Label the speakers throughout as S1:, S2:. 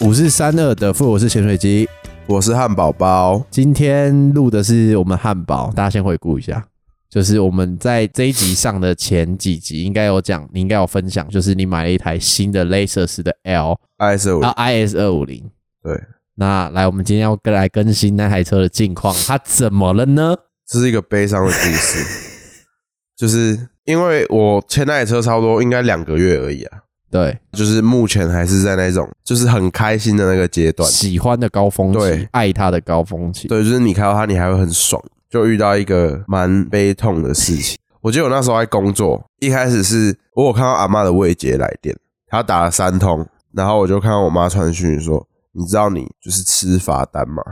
S1: 五四三二的富，我是潜水机。
S2: 我是汉堡包，
S1: 今天录的是我们汉堡，大家先回顾一下，就是我们在这一集上的前几集应该有讲，你应该有分享，就是你买了一台新的 Lexus 的 L，
S2: 爱是
S1: 然
S2: 我
S1: 后 IS 二五零。
S2: 对，
S1: 那来，我们今天要跟来更新那台车的近况，它怎么了呢？
S2: 这是一个悲伤的故事， 就是因为我签那台车差不多应该两个月而已啊，
S1: 对，
S2: 就是目前还是在那种就是很开心的那个阶段，
S1: 喜欢的高峰期
S2: 对，
S1: 爱它的高峰期。
S2: 对，就是你开到它你还会很爽，就遇到一个蛮悲痛的事情。我记得我那时候在工作，一开始是我有看到阿妈的未接来电，她打了三通，然后我就看到我妈传讯息说：“你知道你就是吃罚单吗？”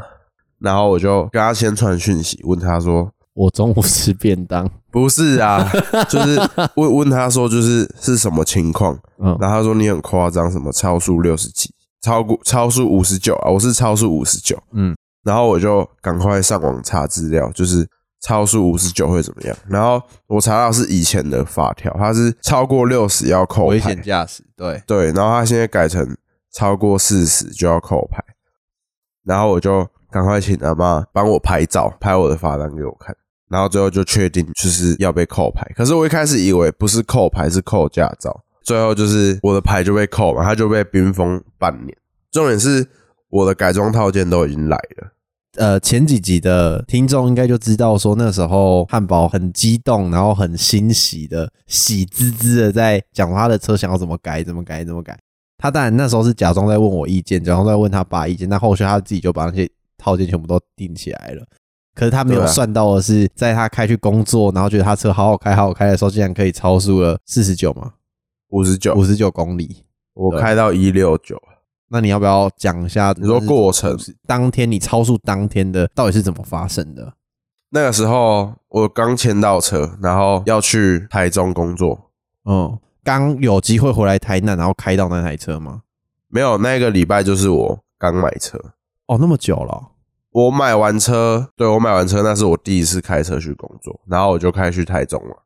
S2: 然后我就跟她先传讯息问她说：“
S1: 我中午吃便当，
S2: 不是啊， 就是问问他说，就是是什么情况？
S1: 嗯，
S2: 然后他说你很夸张，什么超速六十几，超过超速五十九啊，我是超速五十九，
S1: 嗯
S2: 嗯，然后我就赶快上网查资料，就是超速五十九会怎么样？然后我查到是以前的法条，它是超过六十要扣牌，
S1: 驾驶，对，
S2: 对，然后他现在改成超过四十就要扣牌，然后我就赶快请阿妈帮我拍照，拍我的罚单给我看，然后最后就确定就是要被扣牌。可是我一开始以为不是扣牌，是扣驾照，最后就是我的牌就被扣嘛，他就被冰封半年。重点是我的改装套件都已经来了，
S1: 呃，前几集的听众应该就知道，说那时候汉堡很激动，然后很欣喜的、喜滋滋的在讲他的车想要怎么改、怎么改、怎么改。他当然那时候是假装在问我意见，假装在问他爸意见，但后续他自己就把那些套件全部都定起来了。可是他没有
S2: 对啊
S1: 算到的是，在他开去工作，然后觉得他车好好开、好好开的时候，竟然可以超速了四十九嘛，
S2: 五十九
S1: 五，十九公里。
S2: 我开到一六九，
S1: 那你要不要讲一下？
S2: 你说过程
S1: 当天你超速当天的到底是怎么发生的？
S2: 那个时候我刚签到车，然后要去台中工作，
S1: 嗯，刚有机会回来台南，然后开到那台车吗？
S2: 没有那个礼拜就是我刚买车。
S1: 哦，那么久了哦、
S2: 我买完车，对我买完车，那是我第一次开车去工作，然后我就开去台中了，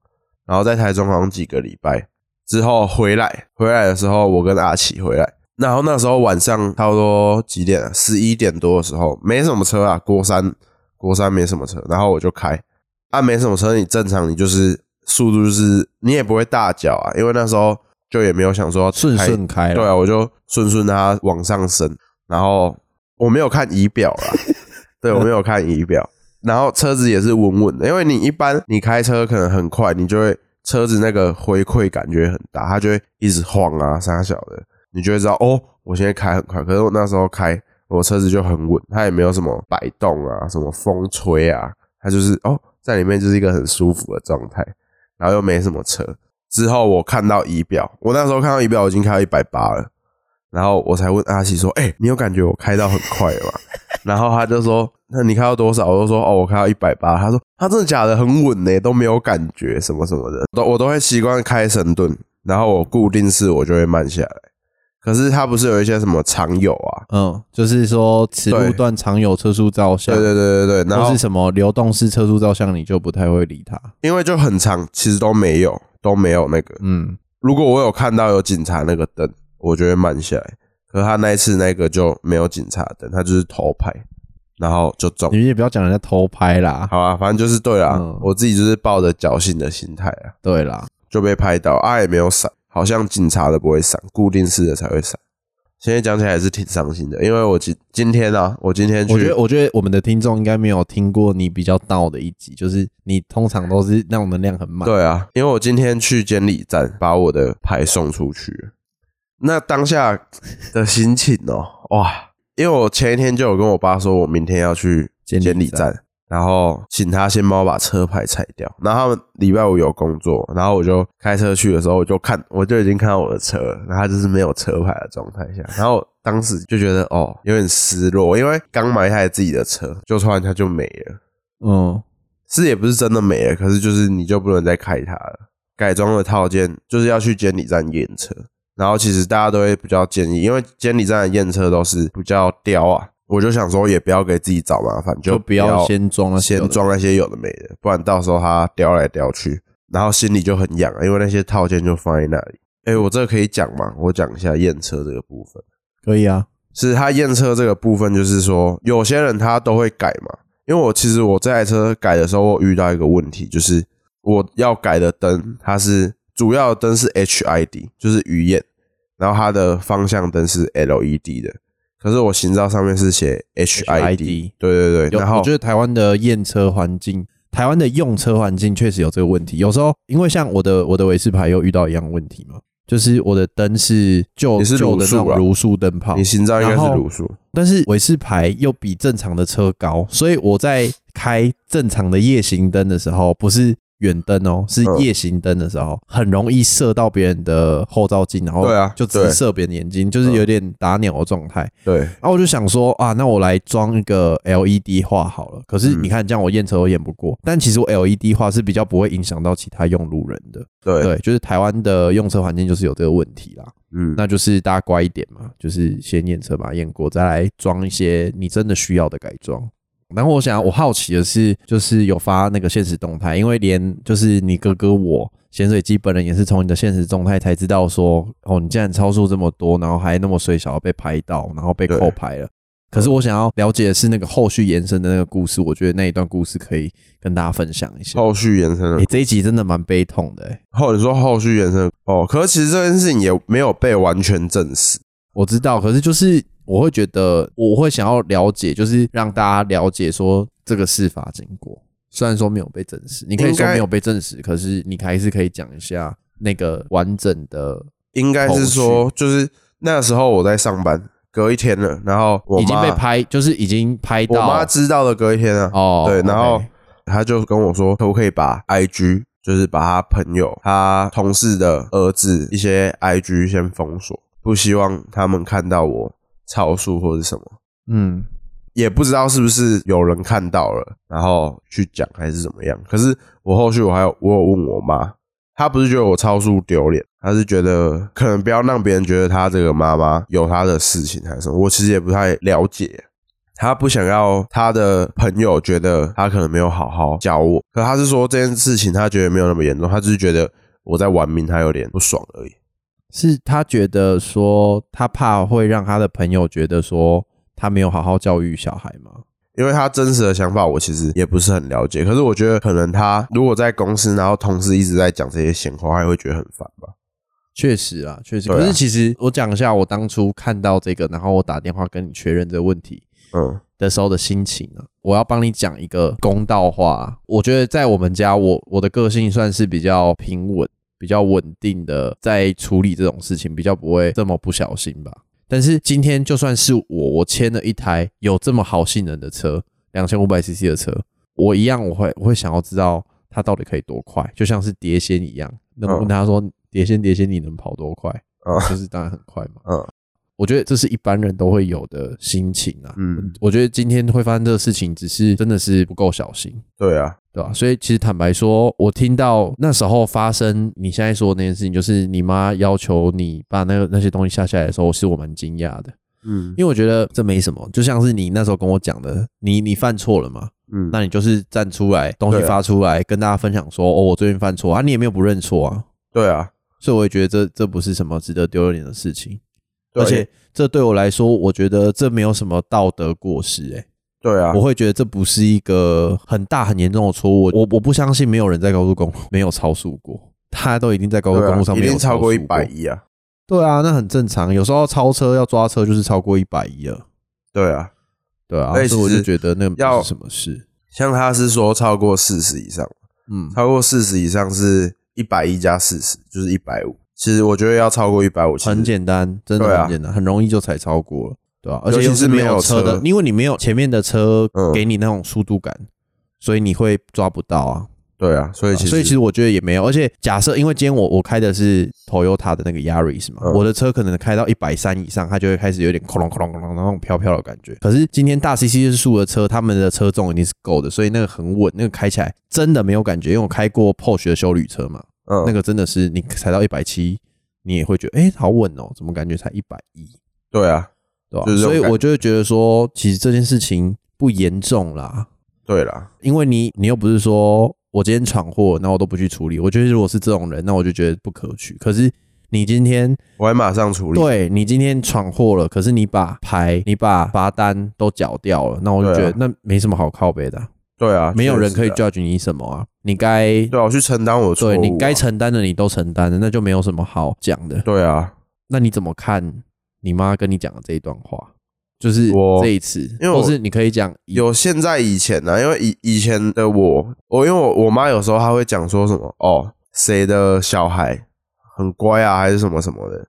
S2: 然后在台中好像几个礼拜之后回来，回来的时候我跟阿奇回来，然后那时候晚上差不多几点啊？十一点多的时候，没什么车啊，国三国三没什么车，然后我就开，啊没什么车，你正常你就是速度就是你也不会大脚啊，因为那时候就也没有想说要
S1: 顺
S2: 开
S1: 顺开了。
S2: 对啊，我就顺顺它往上升，然后我没有看仪表 啦，对我没有看仪表，然后车子也是稳稳的，因为你一般你开车可能很快，你就会车子那个回馈感觉很大，它就会一直晃啊啥小的，你就会知道哦，我现在开很快，可是我那时候开我车子就很稳，它也没有什么摆动啊，什么风吹啊，它就是哦在里面就是一个很舒服的状态，然后又没什么车，之后我看到仪表，我那时候看到仪表我已经开到一百八了，然后我才问阿喜说：“哎、你有感觉我开到很快了吗？” 然后他就说：“那你开到多少？”我就说：“哦，我开到一百八。”他说：“他真的假的？很稳呢、都没有感觉什么什么的，都我都会习惯开神盾，然后我固定式我就会慢下来。可是他不是有一些什么常有啊？
S1: 嗯，就是说此路
S2: 对
S1: 段常有车速照相，
S2: 对对对对对，然
S1: 或
S2: 后
S1: 啊是什么流动式车速照相，你就不太会理它。
S2: 因为就很长，其实都没有都没有那个，
S1: 嗯，
S2: 如果我有看到有警察那个灯，我就会慢下来。欸可是他那一次那个就没有警察灯，他就是偷拍，然后就中
S1: 你。们也不要讲人家偷拍啦，
S2: 好啊，反正就是对啦，
S1: 嗯
S2: 我自己就是抱着侥幸的心态啊，
S1: 对啦，
S2: 就被拍到啊，也没有闪，好像警察的不会闪，固定式的才会闪。现在讲起来也是挺伤心的，因为我今今天啊，我今天去，
S1: 我觉得，我觉得我们的听众应该没有听过你比较到的一集，就是你通常都是那种能量很满。，
S2: 对啊，因为我今天去监理站把我的牌送出去，那当下的心情哦， 哇！因为我前一天就有跟我爸说，我明天要去
S1: 监理
S2: 监理
S1: 站
S2: 站，然后请他先帮我把车牌拆掉。然后他们礼拜五有工作，然后我就开车去的时候，我就看，我就已经看到我的车了，然后它就是没有车牌的状态下，然后当时就觉得哦，有点失落，因为刚买一台自己的车，就突然它就没了。
S1: 嗯，
S2: 是也不是真的没了，可是就是你就不能再开它了。改装的套件就是要去监理站验车，然后其实大家都会比较建议，因为监理站的验车都是比较刁啊。我就想说，也不要给自己找麻烦，
S1: 就
S2: 不
S1: 不要先装那些有的
S2: 先装那些有的没的，不然到时候它叼来叼去，然后心里就很痒啊，因为那些套件就放在那里。哎、我这个可以讲吗？我讲一下验车这个部分。
S1: 可以啊。
S2: 是它验车这个部分，就是说有些人他都会改嘛。因为我其实我这台车改的时候，我遇到一个问题，就是我要改的灯，它是主要的灯是 HID，就是鱼眼，然后它的方向灯是 LED 的，可是我行照上面是写 HID，
S1: HID
S2: 对对
S1: 有
S2: 对，然后
S1: 我觉得台湾的验车环境，台湾的用车环境确实有这个问题。有时候因为像我的我的韦氏牌又遇到一样的问题嘛，就是我的灯是旧
S2: 你是
S1: 旧
S2: 卤素
S1: 的那种
S2: 啦
S1: 卤素灯泡
S2: 你，行照应该是
S1: 然后
S2: 卤素，
S1: 但是韦氏牌又比正常的车高，所以我在开正常的夜行灯的时候，不是。远灯哦，是
S2: 嗯
S1: 夜行灯的时候，很容易射到别人的后照镜，然后
S2: 对啊
S1: 就直
S2: 对嗯
S1: 射别人眼睛，就是有点打鸟的状态。
S2: 对，
S1: 然后我就想说啊，那我来装一个 LED 画好了。可是你看，这样我验车都验不过。但其实我 LED 画是比较不会影响到其他用路人的。
S2: 对，
S1: 对，就是台湾的用车环境就是有这个问题啦。
S2: 嗯，
S1: 那就是大家乖一点嘛，就是先验车嘛，验过再来装一些你真的需要的改装。然后我想，我好奇的是，就是有发那个现实动态，因为连就是你哥哥我咸水鸡本人也是从你的现实动态才知道说，哦，你竟然超速这么多，然后还那么水小被拍到，然后被
S2: 对
S1: 扣牌了。可是我想要了解的是那个后续延伸的那个故事，我觉得那一段故事可以跟大家分享一下。
S2: 后续延伸的
S1: 你、这一集真的蛮悲痛的、欸，
S2: 或者说后续延伸哦，可是其实这件事情也没有被完全证实。
S1: 我知道，可是就是我会觉得，我会想要了解，就是让大家了解说这个事发经过。虽然说没有被证实，你可以
S2: 应
S1: 说
S2: 该
S1: 没有被证实，可是你还是可以讲一下那个完整的，
S2: 应该是说，就是那时候我在上班，隔一天了，然后我
S1: 已经
S2: 妈
S1: 被拍，就是已经拍
S2: 我
S1: 到
S2: 妈知道了隔一天啊，
S1: 哦，
S2: 对，然后
S1: OK
S2: 她就跟我说，可不可以把 IG，就是把她朋友、她同事的儿子一些 IG 先封锁，不希望他们看到我超速或者什么。
S1: 嗯，
S2: 也不知道是不是有人看到了，然后去讲还是怎么样。可是我后续我还有我有问我妈，她不是觉得我超速丢脸，她是觉得可能不要让别人觉得她这个妈妈有她的事情还是什么。我其实也不太了解，她不想要她的朋友觉得她可能没有好好教我，可她是说这件事情她觉得没有那么严重，她只是觉得我在玩命，她有点不爽而已。
S1: 是他觉得说他怕会让他的朋友觉得说他没有好好教育小孩吗？
S2: 因为他真实的想法我其实也不是很了解，可是我觉得可能他如果在公司，然后同事一直在讲这些闲话，他也会觉得很烦吧。
S1: 确实啊，确实。
S2: 对啊
S1: 可是其实我讲一下我当初看到这个，然后我打电话跟你确认这个问题，
S2: 嗯，
S1: 的时候的心情啊。我要帮你讲一个公道话啊，我觉得在我们家，我我的个性算是比较平稳、比较稳定的，在处理这种事情，比较不会这么不小心吧。但是今天就算是我，我签了一台有这么好性能的车，两千五百 CC 的车，我一样我会我会想要知道它到底可以多快，就像是碟仙一样，那么
S2: 嗯
S1: 问他说、碟仙碟仙你能跑多快？
S2: 嗯
S1: 就是当然很快嘛。
S2: 嗯，
S1: 我觉得这是一般人都会有的心情啊。
S2: 嗯
S1: 我觉得今天会发生这个事情，只是真的是不够小心，
S2: 对啊，
S1: 对吧、所以其实坦白说，我听到那时候发生你现在说的那件事情，就是你妈要求你把那个那些东西下下来的时候，是我蛮惊讶的，
S2: 嗯
S1: 因为我觉得这没什么，就像是你那时候跟我讲的，你你犯错了嘛，
S2: 嗯，
S1: 那你就是站出来，东西
S2: 对啊
S1: 发出来，跟大家分享说，哦，我最近犯错啊，你也没有不认错啊，
S2: 对啊，
S1: 所以我也觉得这这不是什么值得丢脸的事情，
S2: 对啊
S1: 而且这对我来说，我觉得这没有什么道德过失、欸，
S2: 对啊
S1: 我，会觉得这不是一个很大很严重的错误。我我不相信没有人在高速公路 没有超速过，大家都已经在高速
S2: 对
S1: 公
S2: 啊
S1: 路上
S2: 一
S1: 面有
S2: 定超
S1: 过
S2: 过一百。一啊，
S1: 对啊，那很正常。有时候超车要抓车就是超过一百一了。
S2: 对啊，
S1: 对啊，
S2: 所以
S1: 所以我
S2: 其
S1: 就
S2: 实
S1: 觉得那
S2: 要
S1: 不是什么事。
S2: 像他是说超过四十以上，
S1: 嗯，
S2: 超过四十以上是一百一加四十，就是一百五。其实我觉得要超过一百五，
S1: 很简单，真的
S2: 对啊
S1: 很简单，很容易就踩超过了，对啊，而
S2: 尤
S1: 且
S2: 其
S1: 又
S2: 是
S1: 是没
S2: 没有
S1: 车的
S2: 车，
S1: 因为你没有前面的车
S2: 嗯
S1: 给你那种速度感，所以你会抓不到啊。
S2: 对啊，所以其实
S1: 所以其实我觉得也没有，而且假设因为今天我我开的是 Toyota 的那个 Yaris 嘛，
S2: 嗯
S1: 我的车可能开到一百三以上，它就会开始有点哐隆哐隆哐隆那种飘飘的感觉。可是今天大 CC 数的车，他们的车重一定是够的，所以那个很稳，那个开起来真的没有感觉。因为我开过 Porsche 的修旅车嘛，
S2: 嗯
S1: 那个真的是你踩到一百七，你也会觉得哎、诶好稳哦，怎么感觉才一百一？
S2: 对啊，
S1: 对吧、
S2: 就是这种
S1: 所以
S2: 感觉
S1: 我就会觉得说，其实这件事情不严重啦。
S2: 对啦，
S1: 因为你你又不是说我今天闯祸，那我都不去处理。我觉得如果是这种人，那我就觉得不可取。可是你今天
S2: 我会马上处理。
S1: 对你今天闯祸了，可是你把牌、你把罚单都缴掉了，那我就觉
S2: 对啊
S1: 得那没什么好靠背的啊、
S2: 对啊，
S1: 没有人可以
S2: 确实啊
S1: judge 你什么啊，你该
S2: 对啊，我去承担我的错误啊、
S1: 对你该承担的你都承担了，那就没有什么好讲的。
S2: 对啊，
S1: 那你怎么看你妈跟你讲的这一段话？就是
S2: 我
S1: 这一次，
S2: 因为
S1: 或
S2: 我
S1: 是你可以讲以
S2: 有现在以前呢、啊，因为以以前的我，我因为我我妈有时候她会讲说什么哦，谁的小孩很乖啊，还是什么什么的，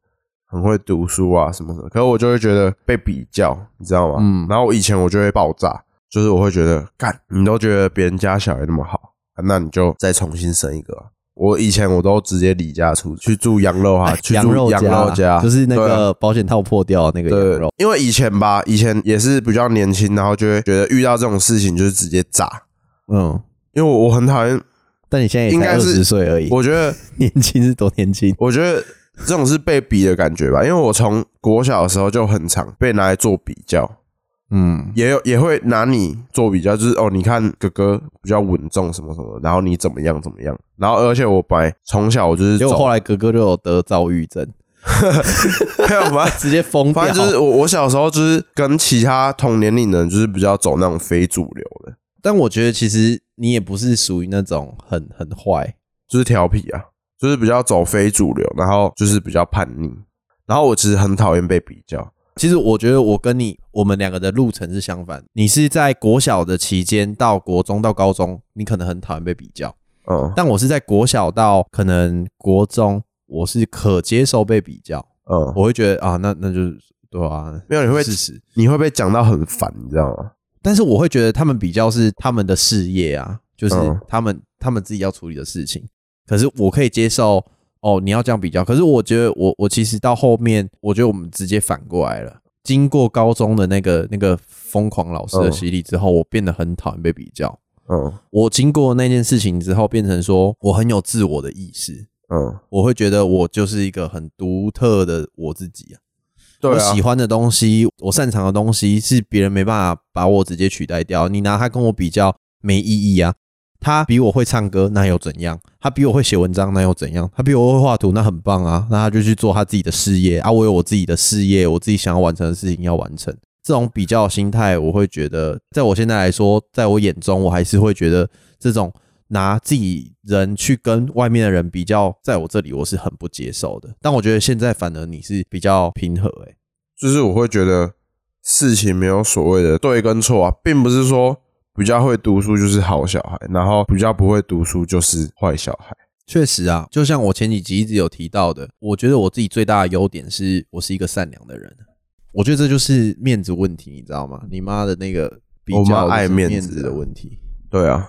S2: 很会读书啊，什么什么。可是我就会觉得被比较，你知道吗？
S1: 嗯
S2: 然后我以前我就会爆炸，就是我会觉得，干，你都觉得别人家小孩那么好，啊那你就再重新生一个啊、我以前我都直接离家出去住羊肉啊，去
S1: 哎羊
S2: 住
S1: 肉
S2: 羊
S1: 啦
S2: 肉家，
S1: 就是那
S2: 对啊
S1: 个保险套破掉的那个羊
S2: 对
S1: 肉，，
S2: 因为以前吧，以前也是比较年轻，然后就会觉得遇到这种事情就是直接炸。
S1: 嗯。
S2: 因为我我很讨厌，
S1: 但你现在也
S2: 应
S1: 才
S2: 该
S1: 二
S2: 是
S1: 十岁而已，
S2: 我觉得
S1: 年轻是多年轻？
S2: 我觉得这种是被比的感觉吧。因为我从国小的时候就很常被拿来做比较，
S1: 嗯，
S2: 也有也会拿你做比较，就是哦，你看哥哥比较稳重什么什么，然后你怎么样怎么样，然后而且我本来从小我就是
S1: 结果后
S2: 走，
S1: 来哥哥就有得躁郁症，
S2: 没有吧？
S1: 直接疯掉。
S2: 反正就是我，我小时候就是跟其他同年龄的人，就是比较走那种非主流的，
S1: 但我觉得其实你也不是属于那种很很坏，
S2: 就是调皮啊，就是比较走非主流，然后就是比较叛逆。然后我其实很讨厌被比较，
S1: 其实我觉得我跟你我们两个的路程是相反，你是在国小的期间到国中到高中，你可能很讨厌被比较，
S2: 嗯
S1: 但我是在国小到可能国中，我是可接受被比较，
S2: 嗯，
S1: 我会觉得啊，那那就是对啊，
S2: 没有你会
S1: 事实，
S2: 你会被讲到很烦，你知道吗？
S1: 但是我会觉得他们比较是他们的事业啊，就是
S2: 嗯
S1: 他们、他们自己要处理的事情。可是我可以接受哦，你要这样比较。可是我觉得我我其实到后面，我觉得我们直接反过来了。经过高中的那个那个疯狂老师的
S2: 嗯
S1: 洗礼之后，我变得很讨厌被比较。
S2: 嗯
S1: 我经过那件事情之后，变成说我很有自我的意识，
S2: 嗯，
S1: 我会觉得我就是一个很独特的我自己啊。
S2: 对
S1: 我
S2: 啊
S1: 喜，欢的东西，我擅长的东西是别人没办法把我直接取代掉。你拿他跟我比较没意义啊。他比我会唱歌，那又怎样？他比我会写文章，那又怎样？他比我会画图，那很棒啊。那他就去做他自己的事业啊。我有我自己的事业，我自己想要完成的事情要完成。这种比较心态，我会觉得，在我现在来说，在我眼中，我还是会觉得这种拿自己人去跟外面的人比较，在我这里我是很不接受的。但我觉得现在反而你是比较平和、欸，
S2: 就是我会觉得事情没有所谓的对跟错啊，并不是说比较会读书就是好小孩，然后比较不会读书就是坏小孩。
S1: 确实啊，就像我前几集一直有提到的，我觉得我自己最大的优点是我是一个善良的人。我觉得这就是面子问题，你知道吗？你妈的那个比
S2: 我
S1: 较
S2: 妈爱
S1: 就是
S2: 面
S1: 面
S2: 子
S1: 子
S2: 啊
S1: 的问题，
S2: 对啊，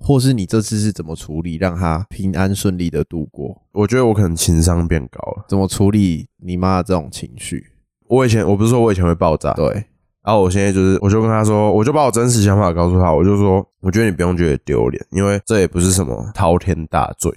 S1: 或是你这次是怎么处理让她平安顺利的度过？
S2: 我觉得我可能情商变高了。
S1: 怎么处理你妈的这种情绪？
S2: 我以前我不是说我以前会爆炸，
S1: 对，
S2: 然后我现在就是，我就跟他说，我就把我真实想法告诉他，我就说，我觉得你不用觉得丢脸，因为这也不是什么滔天大罪。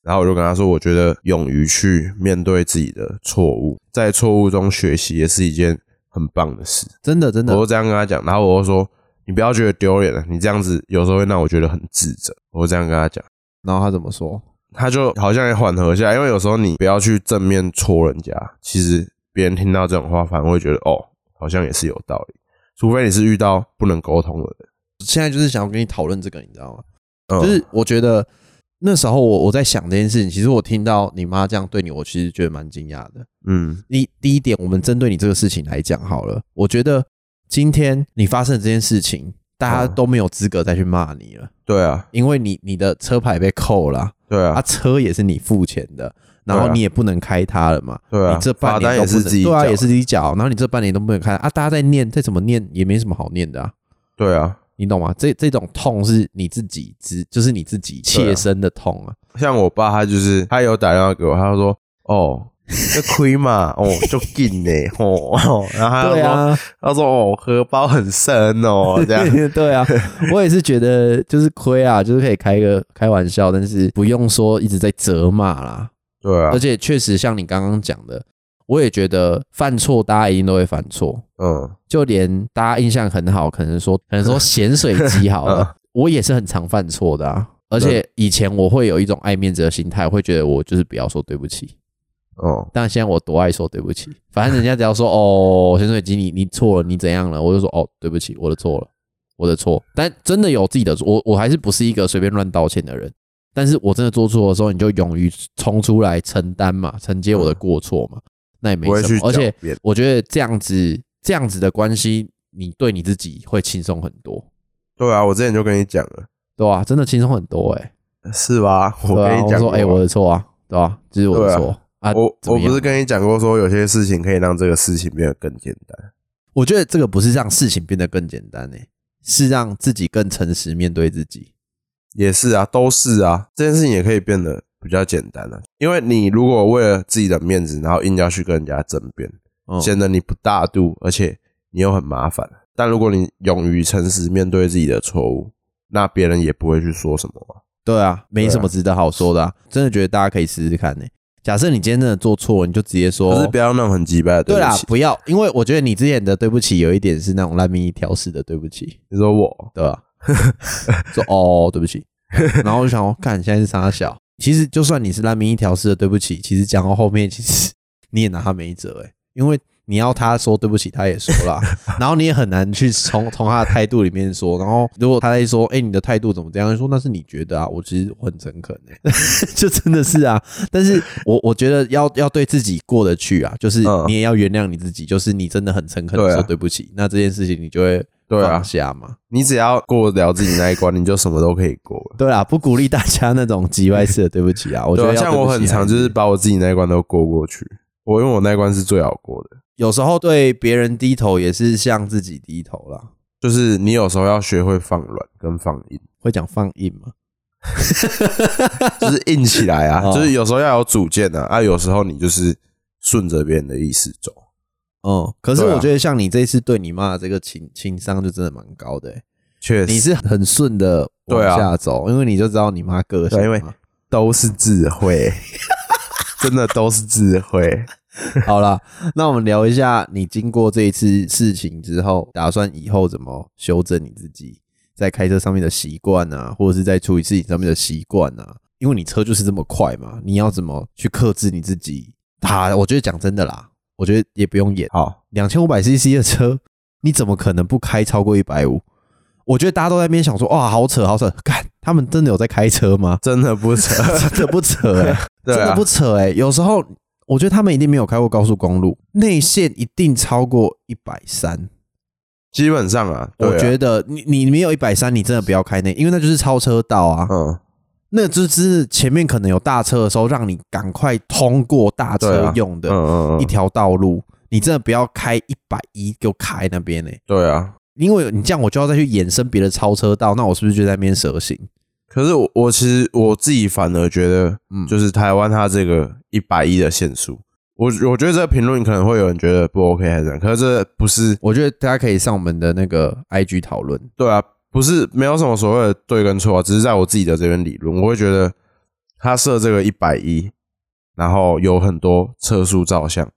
S2: 然后我就跟他说，我觉得勇于去面对自己的错误，在错误中学习也是一件很棒的事。
S1: 真的真
S2: 我
S1: 的
S2: 就，这样跟他讲，然后我就说，你不要觉得丢脸了，你这样子有时候会让我觉得很自责。我就这样跟他讲，
S1: 然后她怎么说？
S2: 他就好像也缓和下来，因为有时候你不要去正面戳人家，其实别人听到这种话，反而会觉得哦，好像也是有道理。除非你是遇到不能沟通的人，
S1: 现在就是想要跟你讨论这个，你知道吗？
S2: 嗯、
S1: 就是我觉得那时候我我在想这件事情，其实我听到你妈这样对你，我其实觉得蛮惊讶的。
S2: 嗯
S1: 第第一点，我们针对你这个事情来讲好了。我觉得今天你发生的这件事情，大家
S2: 嗯
S1: 都没有资格再去骂你了，
S2: 对啊，
S1: 因为你你的车牌被扣了啊，
S2: 对啊，
S1: 啊，车也是你付钱的，然后
S2: 对啊
S1: 你也不能开它了嘛。
S2: 对啊，
S1: 你这
S2: 罚
S1: 半
S2: 单
S1: 年都不
S2: 也是
S1: 能，
S2: 自己
S1: 对啊，
S2: 缴
S1: 也是自己缴，然后你这半年都不能开啊，大家在念，再怎么念也没什么好念的啊，
S2: 对啊。
S1: 你懂吗？这这种痛是你自己知，就是你自己
S2: 对
S1: 切
S2: 啊
S1: 身的痛啊。
S2: 像我爸，他就是他有打电话给我，他就说哦。这亏嘛，哦，就进呢，哦，然后他就
S1: 对
S2: 说，
S1: 啊，
S2: 他说哦，荷包很 深哦，这样，
S1: 对啊，我也是觉得就是亏啊，就是可以开个开玩笑，但是不用说一直在责骂啦。
S2: 对啊
S1: 而，且确实像你刚刚讲的，我也觉得犯错大家一定都会犯错，
S2: 嗯，
S1: 就连大家印象很好，可能说可能 说咸水鸡好
S2: 啊
S1: 了，我也是很常犯错的啊。而且以前我会有一种爱面子的心态，会觉得我就是不要说对不起，
S2: 哦，
S1: 但现在我多爱说对不起，反正人家只要说 哦，潜水机你你错了，你怎样了，我就说哦，对不起，我的错了，我的错。但真的有自己的错，我我还是不是一个随便乱道歉的人。但是我真的做错的时候，你就勇于冲出来承担嘛，承接我的过错嘛，那也没
S2: 不会
S1: 什
S2: 去
S1: 么。而且
S2: 狡辩
S1: 我觉得这样子这样子的关系，你对你自己会轻松很多，
S2: 对啊，我之前就跟你讲了，
S1: 对吧、真的轻松很多哎、
S2: 是吧？我
S1: 对
S2: 跟
S1: 啊，
S2: 你
S1: 我
S2: 讲
S1: 说
S2: 过，
S1: 哎、我的错啊，对吧、这是我
S2: 对
S1: 的
S2: 啊
S1: 错啊
S2: 我
S1: 怎
S2: 我
S1: 么样
S2: 不是跟你讲过说有些事情可以让这个事情变得更简单，
S1: 我觉得这个不是让事情变得更简单诶、欸是让自己更诚实面对自己。
S2: 也是啊，都是啊，这件事情也可以变得比较简单啊。因为你如果为了自己的面子，然后硬要去跟人家争辩，
S1: 嗯，
S2: 显得你不大度，而且你又很麻烦。但如果你勇于诚实面对自己的错误，那别人也不会去说什么嘛。
S1: 对啊，没什么值得好说的、啊。真的觉得大家可以试试看呢、假设你今天真的做错了，你就直接说
S2: 可是不要那种很鸡掰的对
S1: 哦对啦
S2: 不，起。
S1: 不要，因为我觉得你之前的对不起有一点是那种烂命一条式的对不起，
S2: 你说我
S1: 对吧、 说哦，对不起， 然后我就想，哦，看现在是傻小。其实就算你是烂命一条式的对不起，其实讲到后面，其实 你也拿他没辙诶、欸因为你要他说对不起，他也说啦，然后你也很难去从从他的态度里面说。然后如果他在说，哎、你的态度怎么这样？说那是你觉得啊，我其实我很诚恳诶、 就真的是啊。但是我我觉得要要对自己过得去啊，就是
S2: 嗯
S1: 你也要原谅你自己，就是你真的很诚恳
S2: 对
S1: 的
S2: 啊
S1: 说对不起，那这件事情你就会
S2: 对啊
S1: 放下嘛。
S2: 你只要过得了自己那一关，你就什么都可以过了。
S1: 对啦，不鼓励大家那种叽歪式的对不起 啊。我觉
S2: 对啊
S1: 得要
S2: 像
S1: 对
S2: 我
S1: 不起
S2: 很
S1: 还
S2: 常就是把我自己那一关都过过去，我因为我那一关是最好过的。
S1: 有时候对别人低头也是向自己低头啦。
S2: 就是你有时候要学会放软跟放硬，
S1: 会讲放硬嘛？
S2: 就是硬起来啊，
S1: 哦
S2: 就是有时候要有主见啊，啊，有时候你就是顺着别人的意思走。
S1: 嗯，可是
S2: 对啊
S1: 我觉得像你这次对你妈的这个情情商就真的蛮高的欸、
S2: 确
S1: 你
S2: 实，
S1: 是很顺的往
S2: 对啊
S1: 下走，因为你就知道你妈个性嘛。
S2: 对因为都是 智慧，真的都是智慧。
S1: 好啦，那我们聊一下你经过这一次事情之后，打算以后怎么修正你自己在开车上面的习惯啊，或者是在处理事情上面的习惯啊？因为你车就是这么快嘛，你要怎么去克制你自己？啊，我觉得讲真的啦，我觉得也不用演，
S2: 好，？
S1: 两千五百 CC 的车，你怎么可能不开超过一百五？我觉得大家都在那边想说，哇，好扯，好扯，干，他们真的有在开车吗
S2: 真的不扯，
S1: 真的不扯哎、
S2: 对
S1: 真
S2: 啊
S1: 的不扯哎、有时候我觉得他们一定没有开过高速公路，内线一定超过一百三。
S2: 基本上啊，对啊
S1: 我觉得你你没有一百三，你真的不要开内，因为那就是超车道啊。
S2: 嗯，
S1: 那就是前面可能有大车的时候，让你赶快通过大
S2: 对
S1: 车
S2: 啊
S1: 用的
S2: 嗯嗯
S1: 一
S2: 嗯，
S1: 条道路。你真的不要开一百一，给我开那边呢、欸
S2: 对啊。
S1: 因为你这样我就要再去衍生别的超车道，那我是不是就在那边蛇行？
S2: 可是我我其实我自己反而觉得，
S1: 嗯
S2: 就是台湾它这个一百一的限速，我我觉得这个评论可能会有人觉得不 OK 还是怎样，可是这不是
S1: 我觉得大家可以上我们的那个 IG 讨论。
S2: 对啊，不是没有什么所谓的对跟错啊，只是在我自己的这边理论，我会觉得他设这个一百一，然后有很多车速照相，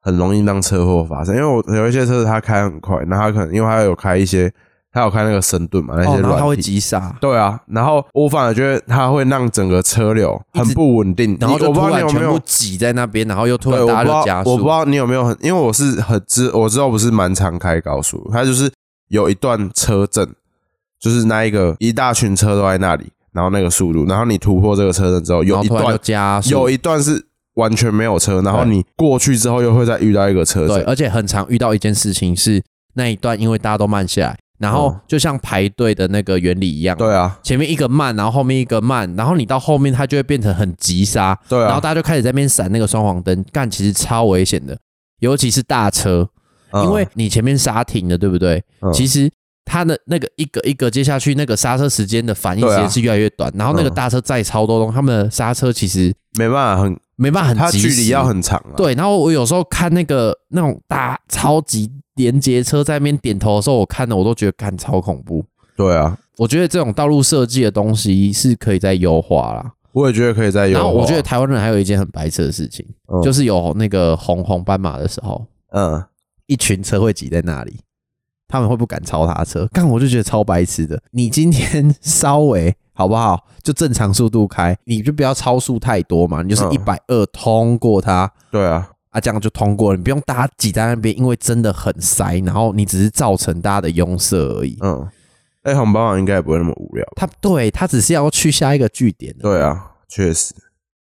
S2: 很容易让车祸发生。因为我有一些车子它开很快，那他可能因为他有开一些，他有开那个深盾嘛，那
S1: 哦，
S2: 些
S1: 然后他
S2: 软
S1: 会
S2: 体。
S1: 急刹，
S2: 对啊，然后我反而觉得它会让整个车流很不稳定，
S1: 然后
S2: 你
S1: 就
S2: 我不
S1: 突
S2: 知道你
S1: 然
S2: 有没
S1: 全部
S2: 有，
S1: 挤在那边，然后又突
S2: 对，
S1: 然
S2: 我不
S1: 大
S2: 知
S1: 家就
S2: 道
S1: 加，速。
S2: 我不知道你有没有很，因为我是很知，我知道不是蛮常开高速，它就是有一段车阵，就是那一个一大群车都在那里，然后那个速度，然后你突破这个车阵之后，
S1: 然
S2: 有
S1: 后
S2: 一
S1: 突然就
S2: 段
S1: 加速，
S2: 有一段是完全没有车，然后
S1: 对
S2: 你过去之后又会再遇到一个车
S1: 对，
S2: 阵，
S1: 而且很常遇到一件事情是那一段，因为大家都慢下来，然后
S2: 嗯
S1: 就像排队的那个原理一样，
S2: 对啊，
S1: 前面一个慢，然后后面一个慢，然后你到后面它就会变成很急刹，
S2: 对
S1: 然后
S2: 啊，
S1: 大家就开始在那边闪那个双黄灯，干其实超危险的，尤其是大车，
S2: 嗯
S1: 因为你前面刹停了，对不对？
S2: 嗯
S1: 其实它的那个一个一个接下去，那个刹车时间的反应时
S2: 对
S1: 间
S2: 啊
S1: 是越来越短，然后那个
S2: 嗯
S1: 大车再超多东，他们的刹车其实
S2: 没办法，很
S1: 没办法
S2: 它
S1: 很及
S2: 距
S1: 时，
S2: 离要很长啊，
S1: 对。然后我有时候看那个那种大超级连接车在那边点头的时候，我看的我都觉得干超恐怖。
S2: 对啊，
S1: 我觉得这种道路设计的东西是可以再优化啦。
S2: 我也觉得可以再哦优
S1: 然
S2: 化，
S1: 后我觉得台湾人还有一件很白痴的事情，
S2: 啊嗯
S1: 就是有那个红红斑马的时候，
S2: 嗯。
S1: 一群车会挤在那里，他们会不敢超他车，干我就觉得超白痴的。你今天稍微好不好，就正常速度开，你就不要超速太多嘛，你就是
S2: 嗯
S1: 一百二通过它
S2: 对啊，
S1: 啊，这样就通过了，你不用大家挤在那边，因为真的很塞，然后你只是造成大家的拥塞而已。
S2: 嗯，哎、红包王应该也不会那么无聊。
S1: 他对他只是要去下一个据点的，
S2: 对啊，确实，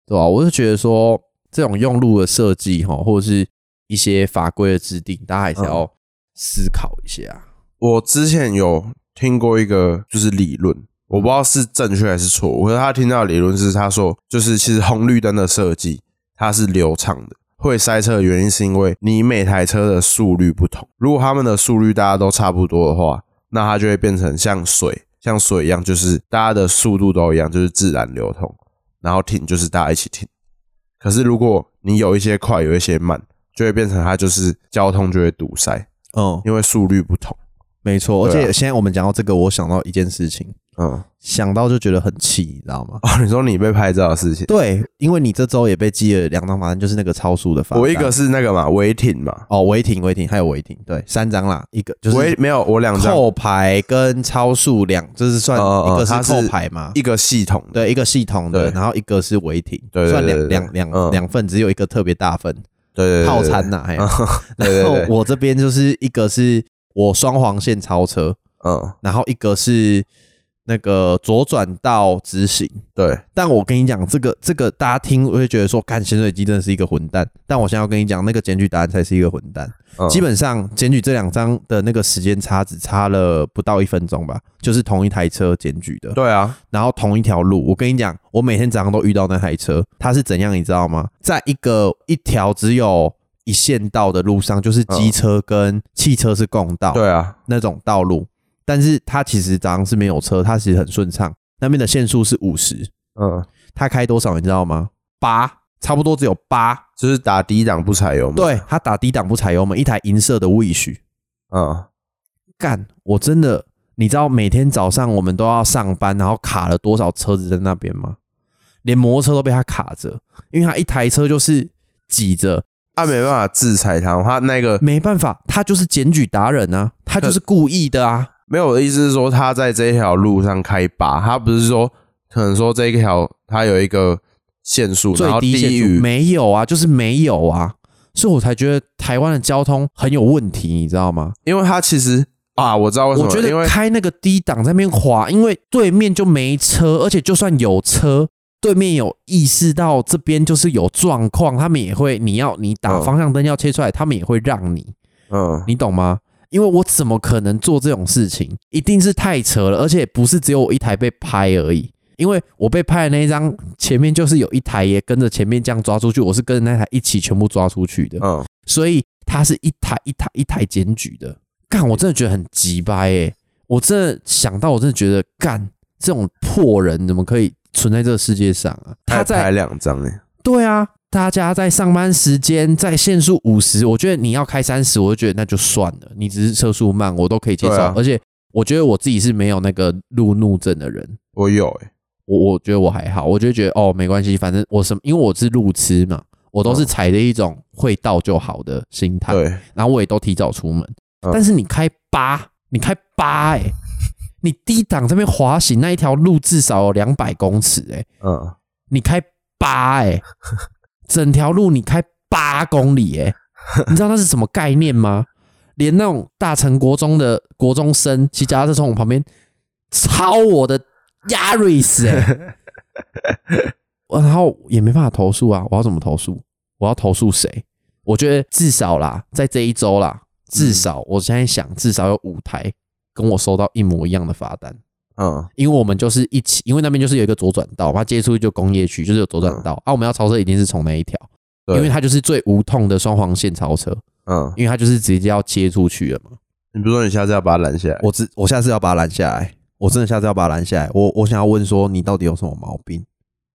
S1: 对吧、我是觉得说这种用路的设计哈，或者是一些法规的制定，大家还
S2: 嗯
S1: 是要思考一下。
S2: 我之前有听过一个就是理论，我不知道是正确还是错误。可是他听到的理论是，他说就是其实红绿灯的设计它是流畅的，会塞车的原因是因为你每台车的速率不同。如果他们的速率大家都差不多的话，那它就会变成像水像水一样，就是大家的速度都一样，就是自然流通，然后停就是大家一起停。可是如果你有一些快，有一些慢，就会变成它就是交通就会堵塞，
S1: 嗯，
S2: 因为速率不同。
S1: 没错。而
S2: 对啊
S1: 且现在我们讲到这个，我想到一件事情，
S2: 嗯，
S1: 想到就觉得很气，你知道吗？
S2: 哦，你说你被拍照的事情，
S1: 对，因为你这周也被记了两张罚单，就是那个超速的罚单。
S2: 我一个是那个嘛，违停嘛，
S1: 哦，违停、违停还有违停，对，三张啦，一个就是
S2: 违没有我两张，
S1: 扣牌跟超速两，这是算
S2: 哦哦
S1: 一个
S2: 它
S1: 是
S2: 是
S1: 扣牌嘛，
S2: 一个系统的，
S1: 对，一个系统的，
S2: 对
S1: 然后一个是违停，
S2: 对对
S1: 算
S2: 对
S1: 两
S2: 对
S1: 两两
S2: 嗯
S1: 两份，只有一个特别大份
S2: 对对对
S1: 套餐，呐、还
S2: 对对对
S1: 然后
S2: 对 对
S1: 我这边就是一个是我双黄线超车，
S2: 嗯，
S1: 然后一个是那个左转道直行。
S2: 对，
S1: 但我跟你讲，这个这个大家听会觉得说，干咸水鸡真的是一个混蛋。但我现在要跟你讲，那个检举答案才是一个混蛋。
S2: 嗯
S1: 基本上检举这两张的那个时间差只差了不到一分钟吧，就是同一台车检举的。
S2: 对啊，
S1: 然后同一条路，我跟你讲，我每天早上都遇到那台车，它是怎样，你知道吗？在一个一条只有一线道的路上，就是机车跟汽车是共道，
S2: 嗯对啊，
S1: 那种道路，但是它其实早上是没有车，它其实很顺畅。那边的限速是五十，
S2: 嗯，
S1: 它开多少你知道吗？八，差不多只有八。
S2: 就是打低档不踩油门，，
S1: 对，它打低档不踩油门，一台银色的 Wish，
S2: 嗯，
S1: 干，我真的，你知道每天早上我们都要上班，然后卡了多少车子在那边吗？连摩托车都被他卡着，因为他一台车就是挤着，
S2: 他没办法制裁他，他那个
S1: 没办法，他就是检举达人啊，他就是故意的啊。
S2: 没有我的意思是说，他在这条路上开拔，他不是说可能说这一条他有一个限速，
S1: 最
S2: 然后
S1: 低限
S2: 低
S1: 速
S2: 于
S1: 没有啊，就是没有啊，所以我才觉得台湾的交通很有问题，你知道吗？
S2: 因为他其实啊，我知道为什
S1: 我
S2: 么，
S1: 觉
S2: 因
S1: 得
S2: 为
S1: 开那个低档在那边滑，因为对面就没车，而且就算有车，对面有意识到这边就是有状况，他们也会，你要你打
S2: 嗯
S1: 方向灯要切出来，他们也会让你，
S2: 嗯，
S1: 你懂吗？因为我怎么可能做这种事情？一定是太扯了，而且不是只有我一台被拍而已。因为我被拍的那一张，前面就是有一台也跟着前面这样抓出去，我是跟着那台一起全部抓出去的，
S2: 嗯，
S1: 所以它是一台一台一台检举的。干，我真的觉得很急掰诶、我真的想到，我真的觉得干这种破人怎么可以存在这个世界上啊？他
S2: 他
S1: 在
S2: 拍两张欸呢，
S1: 对啊，大家在上班时间在限速五十，我觉得你要开三十，我就觉得那就算了，你只是车速慢，我都可以接受。
S2: 对啊
S1: 而且我觉得我自己是没有那个路怒症的人，
S2: 我有哎、
S1: 我我觉得我还好，我就觉得哦没关系，反正我什么，因为我是路痴嘛，我都是采的一种会到就好的心态，
S2: 对，
S1: 然后我也都提早出门。
S2: 嗯
S1: 但是你开八，你开八哎、欸你低档这边滑行那一条路至少有两百公尺哎、
S2: 嗯。
S1: 你开八哎、整条路你开八公里哎、你知道那是什么概念吗？连那种大成国中的国中生骑脚踏车从我旁边超我的 Yaris 哎、我然后也没办法投诉啊，我要怎么投诉？我要投诉谁？我觉得至少啦，在这一周啦，至少我现在想，至少有五台跟我收到一模一样的罚单。
S2: 嗯
S1: 因为我们就是一起，因为那边就是有一个左转道，它接触就工业区，就是有左转道、啊。我们要超车一定是从那一条，因
S2: 对
S1: 为它就是最无痛的双黄线超车，
S2: 嗯，
S1: 因为它就是直接要切出去了嘛。
S2: 你不是说你下次要把它拦下来？
S1: 我只我下次要把它拦下来，我真的下次要把它拦下来。我我想要问说，你到底有什么毛病？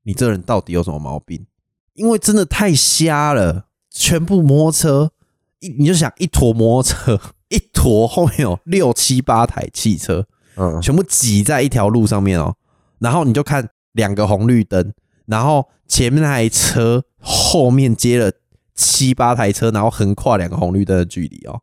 S1: 你这人到底有什么毛病？因为真的太瞎了，全部摩托车，一你就想一坨摩托车，一坨后面有六七八台汽车，
S2: 嗯
S1: 全部挤在一条路上面哦，然后你就看两个红绿灯，然后前面那台车后面接了七八台车，然后横跨两个红绿灯的距离哦，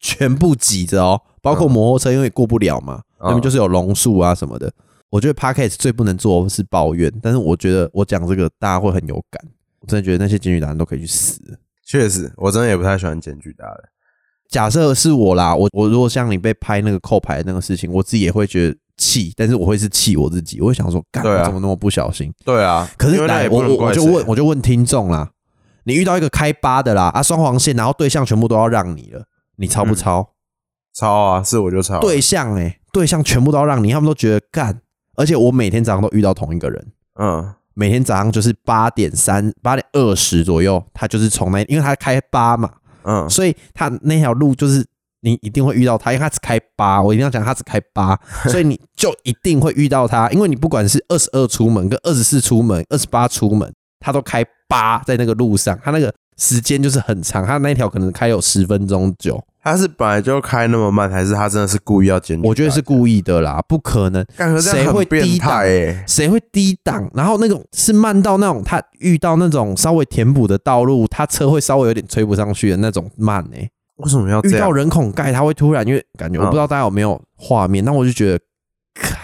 S1: 全部挤着哦，包括
S2: 嗯
S1: 摩托车，因为过不了嘛，那边就是有榕树啊什么的。我觉得 podcast 最不能做的是抱怨，但是我觉得我讲这个大家会很有感。我真的觉得那些警语达人都可以去死。
S2: 确实，我真的也不太喜欢检举大人。
S1: 假设是我啦，我我如果像你被拍那个扣牌那个事情，我自己也会觉得气，但是我会是气我自己，我会想说，干、
S2: 对啊
S1: 我怎么那么不小心？
S2: 对啊，
S1: 可
S2: 因
S1: 是
S2: 为那
S1: 来，
S2: 也
S1: 我
S2: 不
S1: 我
S2: 能
S1: 我
S2: 怪
S1: 就
S2: 谁啊
S1: 问，我就问听众啦，你遇到一个开八的啦，啊双黄线，然后对象全部都要让你了，你超不
S2: 嗯
S1: 超？
S2: 抄啊，是我就抄。
S1: 对，象哎、对象全部都要让你，他们都觉得干，而且我每天早上都遇到同一个人，
S2: 嗯，
S1: 每天早上就是八点三、八点二十左右，他就是从那，因为他开八嘛，
S2: 嗯，
S1: 所以他那条路就是你一定会遇到他，因为他只开八，我一定要讲他只开八，所以你就一定会遇到他，因为你不管是二十二出门、跟二十四出门、二十八出门，他都开八在那个路上，他那个时间就是很长，他那条可能开有十分钟久，
S2: 他是本来就开那么慢，还是他真的是故意要检举？
S1: 我觉得是，故意的啦，不可能。
S2: 干可是这
S1: 谁
S2: 样
S1: 会
S2: 很变
S1: 低档
S2: 态哎。
S1: 谁会低档？然后那种是慢到那种他遇到那种稍微填补的道路，他车会稍微有点追不上去的那种慢欸诶、
S2: 为什么要
S1: 遇
S2: 这
S1: 到
S2: 样？
S1: 人孔盖，他会突然因为感觉我
S2: 嗯
S1: 不知道大家有没有画面，那我就觉得， 看，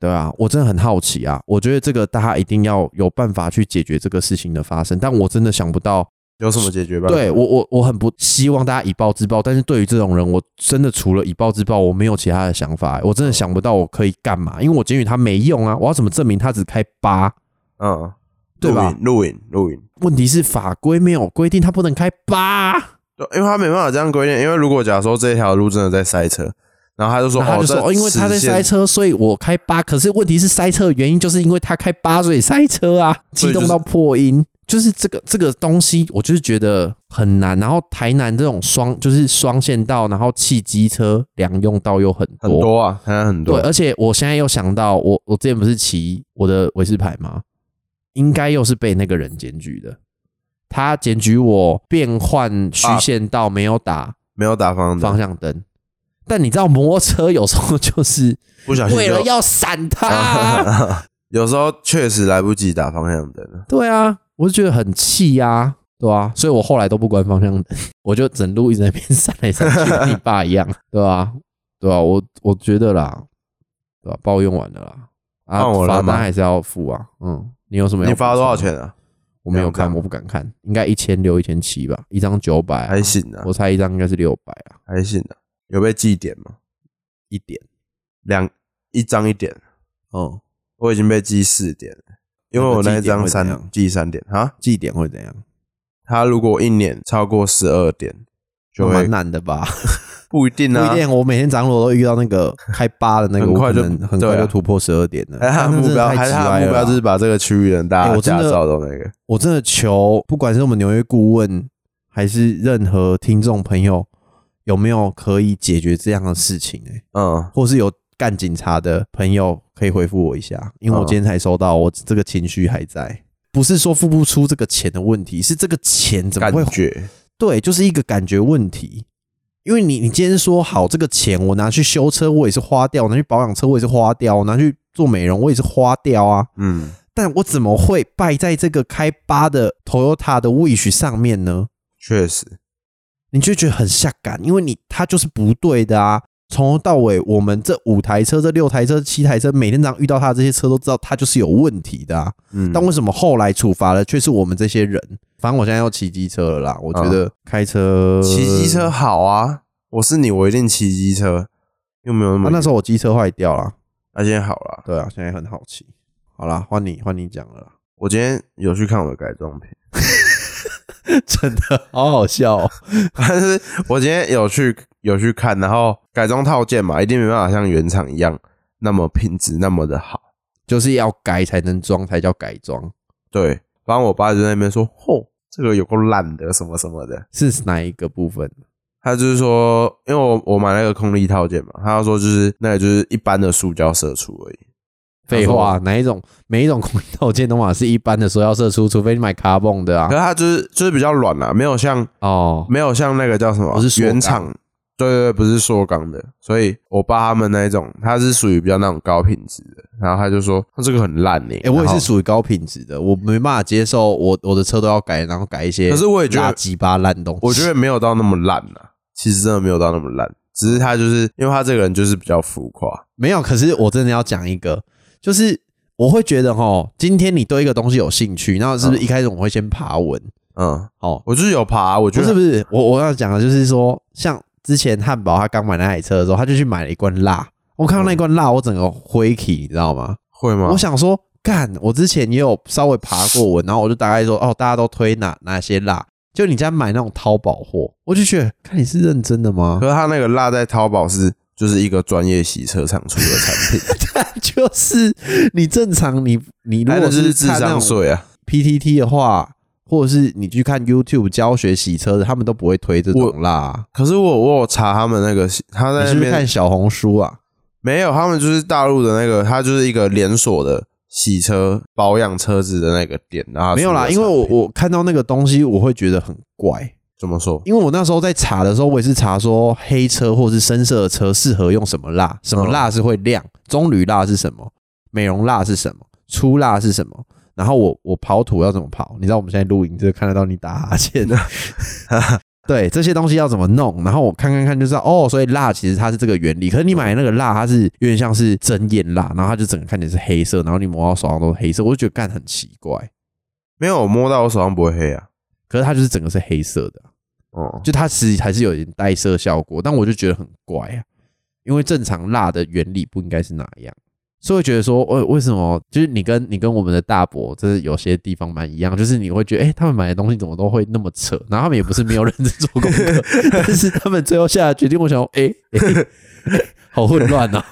S1: 对啊，我真的很好奇啊。我觉得这个大家一定要有办法去解决这个事情的发生，但我真的想不到。
S2: 有什么解决办法？
S1: 对我我我很不希望大家以暴制暴，但是对于这种人，我真的除了以暴制暴，我没有其他的想法、我真的想不到我可以干嘛，因为我检举他没用啊，我要怎么证明他只开八？
S2: 嗯，
S1: 对吧
S2: 录影，录影，录影。
S1: 问题是法规没有规定他不能开八，
S2: 对，因为他没办法这样规定，因为如果假如说这条路真的在塞车，然后他就说，
S1: 然后他就说
S2: 这
S1: 哦，因为他在
S2: 实现
S1: 塞，车，所以我开八。可是问题是塞车的原因就是因为他开八，所以塞车啊，激
S2: 所以就
S1: 动
S2: 是
S1: 到破音。就是这个这个东西，我就是觉得很难。然后台南这种双就是双线道，然后汽机车两用道又很
S2: 很多啊，台南很
S1: 对，
S2: 多，
S1: 而且我现在又想到，我我之前不是骑我的维士牌吗？应该又是被那个人检举的。他检举我变换虚线道没有打
S2: 没有打方向灯
S1: 方向灯，但你知道摩托车有时候就是
S2: 不小心
S1: 为了
S2: 就，
S1: 要闪它啊，
S2: 有时候确实来不及打方向灯了。
S1: 对啊，我就觉得很气啊，对啊，所以我后来都不关方向 灯，我就整路一直在那边闪来闪去，跟你爸一样， 对啊，对啊，我我觉得啦，对吧、抱怨完了啦，啊，
S2: 换我了
S1: 罚
S2: 吗
S1: 单还是要付啊，嗯，你有什么要？
S2: 你罚多少？钱啊？
S1: 我没有
S2: 两
S1: 看，
S2: 张
S1: 我不敢看，应该一千六、一千七吧，一张九百、
S2: 还行啊
S1: 我，猜一张应该是六百啊，
S2: 还行啊，有被记点吗？
S1: 一点，
S2: 两一张一点，哦
S1: 嗯，
S2: 我已经被记四点了，因为我那一张
S1: 那个
S2: 三记三点啊。
S1: 记点会怎样？
S2: 他如果一年超过十二点，就会
S1: 蛮难的吧？
S2: 不一定
S1: 不
S2: 啊
S1: 一。定，我每天长裸都遇到那个开八的那个，
S2: 很快
S1: 我可
S2: 就
S1: 能很
S2: 对
S1: 快
S2: 啊
S1: 就突破十二点了。
S2: 还他
S1: 但
S2: 的目
S1: 真的
S2: 标，
S1: 太
S2: 还
S1: 奇
S2: 他
S1: 怪
S2: 的
S1: 了
S2: 目标
S1: 啦
S2: 就是把这个区域人大
S1: 哎
S2: 家
S1: 我真
S2: 驾
S1: 的
S2: 照都那个。
S1: 我真的求，不管是我们纽约顾问，还是任何听众朋友，有没有可以解决这样的事情、欸？
S2: 嗯，
S1: 或是有干警察的朋友，可以回复我一下，因为我
S2: 嗯
S1: 今天才收到，我这个情绪还在。不是说付不出这个钱的问题，是这个钱怎么
S2: 感
S1: 会
S2: 觉
S1: 对，就是一个感觉问题。因为你你今天说好这个钱，我拿去修车我也是花掉，我拿去保养车我也是花掉，我拿去做美容我也是花掉啊。
S2: 嗯，
S1: 但我怎么会败在这个开八的 Toyota 的 Wish 上面呢？
S2: 确实，
S1: 你就觉得很下感，因为你它就是不对的啊。从头到尾，我们这五台车、这六台车、七台车，每天早上遇到它的这些车都知道它就是有问题的啊。
S2: 嗯，
S1: 但为什么后来处罚的却是我们这些人？反正我现在要骑机车了啦，我觉得开车
S2: 啊骑机车好啊，我是你，我一定骑机车，又没有那
S1: 啊
S2: 么，
S1: 那时
S2: 候
S1: 候我机车坏掉了，
S2: 那今天好了，
S1: 对啊，现在很好奇。好啦，换你换你讲 了啦，
S2: 我今天有去看我的改装品，
S1: 真的好好笑、哦。
S2: 但是我今天有去有去看，然后改装套件嘛，一定没办法像原厂一样那么品质那么的好。
S1: 就是要改才能装，才叫改装。
S2: 对，反正我爸就在那边说，吼，这个有够烂的，什么什么的。
S1: 是哪一个部分？
S2: 他就是说，因为我我买那个空力套件嘛，他就说就是那个就是一般的塑胶射出而已。
S1: 废话，
S2: 他
S1: 哪一种每一种空气套件都嘛是一般的塑料射出，除非你买 carbon 的啊
S2: 可。是它就是就是比较软啊啦、没有像
S1: 哦，
S2: 没有像那个叫什么，
S1: 不是塑钢
S2: 原厂，对对对，不是塑钢的，所以我爸他们那一种，它是属于比较那种高品质的，然后他就说他这个很烂呢、欸
S1: 哎、我也
S2: 然后
S1: 是，属于高品质的，我没办法接受我我的车都要改，然后改一些
S2: 可是我也觉
S1: 垃
S2: 得，
S1: 圾吧烂东西。
S2: 我觉得没有到那么烂啦、啊其实真的没有到那么烂，只是他就是因为他这个人就是比较浮夸，
S1: 没有，可是我真的要讲一个，就是我会觉得哈，今天你对一个东西有兴趣，那是不是一开始我会先爬文？
S2: 嗯，
S1: 哦，
S2: 我就是有爬，我觉
S1: 不是
S2: 得
S1: 不是，我我要讲的就是说，像之前汉堡他刚买那台车的时候，他就去买了一罐辣，我看到那一
S2: 嗯
S1: 罐辣，我整个灰起，你知道吗？
S2: 会吗？
S1: 我想说，干，我之前也有稍微爬过文，然后我就大概说，哦，大家都推哪哪些辣，就你家买那种淘宝货，我就觉得，看你是认真的 吗
S2: 可？是他那个辣在淘宝是就是一个专业洗车厂出的产品，
S1: 就是你正常你你 如
S2: 那
S1: 果
S2: 就是是智
S1: 看那种
S2: 商税啊！
S1: PTT 的话，或者是你去看 YouTube 教学洗车的，他们都不会推这种啦、
S2: 可是我我有查他们那个，他
S1: 你
S2: 在
S1: 是不
S2: 那
S1: 是
S2: 边
S1: 看小红书啊？
S2: 没有，他们就是大陆的那个，他就是一个连锁的洗车保养车子的那个店，然后它
S1: 没有啦，
S2: 出的
S1: 因为
S2: 产
S1: 我
S2: 品
S1: 我看到那个东西，我会觉得很怪。
S2: 怎么说？
S1: 因为我那时候在查的时候，我也是查说黑车或是深色的车适合用什么蜡，什么蜡是会亮，棕榈蜡是什么，美容蜡是什么，粗蜡是什么。然后我我刨土要怎么刨？你知道我们现在录影，就是看得到你打哈欠。 对，这些东西要怎么弄？然后我看看看就知道哦，所以蜡其实它是这个原理。可是你买的那个蜡，它是有点像是针眼蜡，然后它就整个看起来是黑色，然后你抹到手上都是黑色，我就觉得干很奇怪。
S2: 没有，我摸到我手上不会黑啊。
S1: 可是它就是整个是黑色的。啊
S2: 哦，
S1: 就它其实还是有点带色效果，但我就觉得很怪啊，因为正常蜡的原理不应该是那样，所以会觉得说，为、为什么就是你跟你跟我们的大伯，就是有些地方蛮一样，就是你会觉得，哎、他们买的东西怎么都会那么扯，然后他们也不是没有认真做功课，但是他们最后下的决定，我想说，哎、诶 好混乱啊，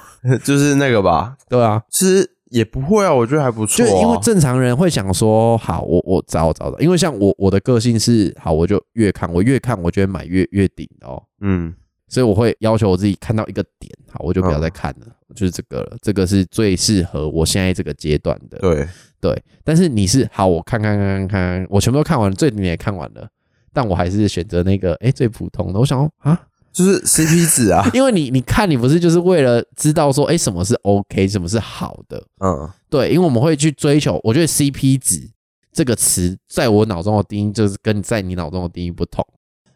S2: 就是那个吧，
S1: 对啊，
S2: 其实也不会啊，我觉得还不错、
S1: 就
S2: 啊。
S1: 因为正常人会想说，好，我我找找找，因为像我我的个性是，好，我就越看我越看，我觉得买越越顶的哦。
S2: 嗯，
S1: 所以我会要求我自己看到一个点，好，我就不要再看了，
S2: 嗯
S1: 就是这个了，这个是最适合我现在这个阶段的。
S2: 对，
S1: 对但是你是好，我看看看看看，我全部都看完了，最顶也看完了，但我还是选择那个哎、诶最普通的。我想说啊，，
S2: 就是 CP 值啊
S1: 因为你你看你不是就是为了知道说哎、诶什么是 OK，什么是好的，
S2: 嗯，
S1: 对，因为我们会去追求，我觉得 CP 值这个词在我脑中的定义就是跟在你脑中的定义不同，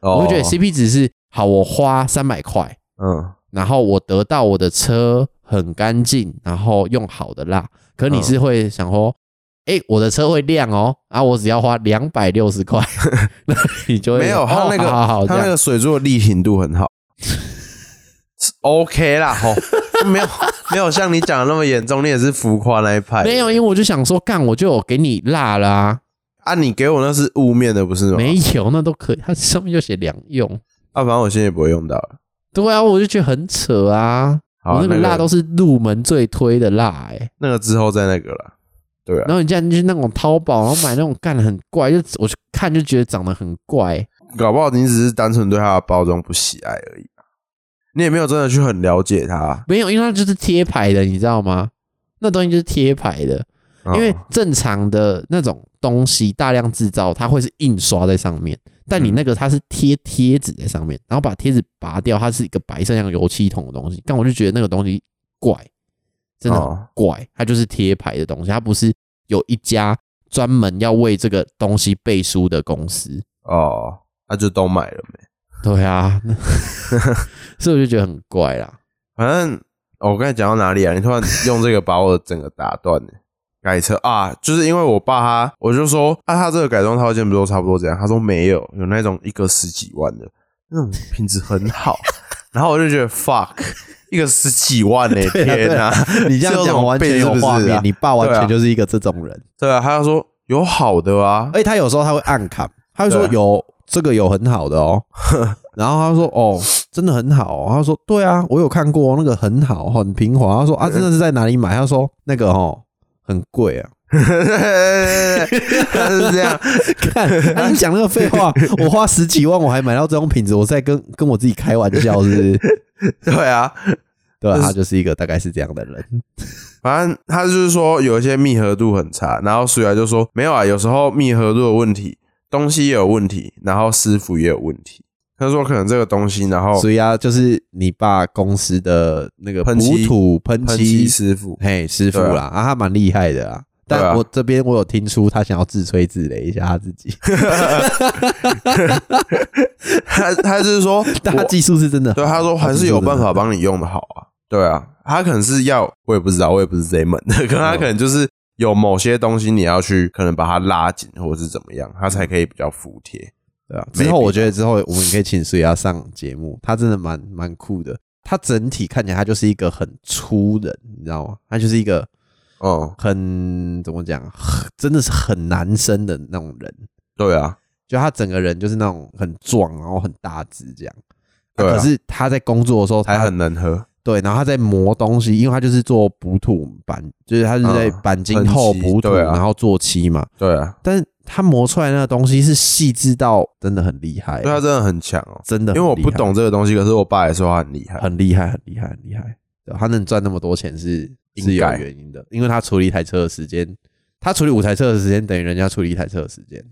S2: 哦
S1: 我会觉得 CP 值是好，我花三百块。
S2: 嗯，
S1: 然后我得到我的车很干净，然后用好的蜡。可你
S2: 嗯
S1: 是会想说，哎、我的车会亮哦，啊，我只要花两百六十 块，那你就会
S2: 没有，他
S1: 哦
S2: 那个、
S1: 好好好
S2: 他
S1: 这
S2: 那
S1: 样
S2: 个水柱的立挺度很好 是，OK 啦，吼，没有没有像你讲的那么严重，你也是浮夸那一派，
S1: 没有，因为我就想说，干我就有给你蜡啦、
S2: 啊，你给我那是雾面的不是吗？
S1: 没有那都可以，它上面就写两用。
S2: 啊，反正我现在也不会用到了。
S1: 对啊，我就觉得很扯啊！
S2: 好啊，
S1: 我那个蜡都
S2: 那个啊
S1: 是入门最推的蜡哎、欸
S2: 那个之后再那个了，对啊
S1: 然，后你这样去那种淘宝，然后买那种干的很怪，就我去看就觉得长得很怪，
S2: 搞不好你只是单纯对它的包装不喜爱而已啊，你也没有真的去很了解它，
S1: 没有，因为它就是贴牌的，你知道吗？那东西就是贴牌的，
S2: 嗯
S1: 因为正常的那种东西大量制造，它会是印刷在上面，但你那个它是贴贴纸在上面，然后把贴纸拔掉，它是一个白色像油漆桶的东西，但我就觉得那个东西怪，真的很
S2: 哦
S1: 怪，它就是贴牌的东西，它不是有一家专门要为这个东西背书的公司。
S2: 哦，那就都买了没，
S1: 对啊，那 所以我就觉得很怪啦。
S2: 反正、哦我刚才讲到哪里啊？你突然用这个把我整个打断了。改车啊，就是因为我爸他，我就说啊，他这个改装套件不都差不多这样？他说没有，有那种一个十几万的，那种品质 很好。然后我就觉得 fuck，一个十几万呢、
S1: 对啊
S2: 天
S1: 对
S2: 哪、
S1: 啊 你这样讲完全有
S2: 有
S1: 画面，你爸完
S2: 对啊
S1: 全就是一个这种人。
S2: 对啊，他就说有好的啊
S1: 而，且他有时候他会暗砍，他会说
S2: 对啊
S1: 有这个有很好的 哦，然后他说哦真的很好、哦，他说对啊，我有看过那个很好，很平滑。他说啊真的是在哪里买？他说那个哦很贵啊，
S2: 他是这样，
S1: 看、啊、你讲那个废 话，我花十几万我还买到这种品质，我在跟跟我自己开玩笑是不 是？
S2: 对啊，
S1: 对、啊，
S2: 就是
S1: 他就是一个大概是这样的人，
S2: 反正他就是说有一些密合度很差，然后苏雅就说没有啊，有时候密合度有问题，东西也有问题，然后师傅也有问题。他说可能这个东西，然后
S1: 所以啊，就是你爸公司的那个
S2: 喷
S1: 补
S2: 漆
S1: 土喷
S2: 喷
S1: 漆
S2: 漆师傅，
S1: 嘿师傅
S2: 对
S1: 啦，啊他蛮厉害的啊，
S2: 对啊
S1: 但我这边我有听出他想要自吹自擂一下他自 己，
S2: 他他就是 说
S1: 但他
S2: 我
S1: 技术是真的好，
S2: 对，啊他说还是有
S1: 技术
S2: 办
S1: 真的好
S2: 法帮你用的好啊。对啊，他可能是要，我也不知道，我也不是这一门的，可能他可能就是有某些东西你要去，可能把它拉紧或者是怎么样，他才可以比较服帖。
S1: 对啊，之后我觉得之后我们可以请水牙上节目，他真的蛮蛮酷的。他整体看起来他就是一个很粗人，你知道吗？他就是一个
S2: 哦、
S1: 很怎么讲，啊很真的是很男生的那种人，
S2: 对啊，
S1: 就他整个人就是那种很壮，然后很大只这样。
S2: 对啊
S1: 可是他在工作的时候，
S2: 还
S1: 他
S2: 很能喝，
S1: 对，然后他在磨东西，因为他就是做补土板，就是他是在
S2: 嗯
S1: 钣金后
S2: 喷漆
S1: 补土，
S2: 对啊
S1: 然后做漆嘛。
S2: 对啊，
S1: 但是他磨出来那个东西是细致到真的很厉害，
S2: 对他真的很强哦。
S1: 真的
S2: 因
S1: 很
S2: 为我
S1: 厉
S2: 不
S1: 害
S2: 懂这个东西，可是我爸也说他很厉害。
S1: 很厉害，很厉害，很厉害。对他能赚那么多钱是是
S2: 应
S1: 有
S2: 该
S1: 原因的，因为他处理一台车的时间，他处理五台车的时间等于人家处理一台车的时间。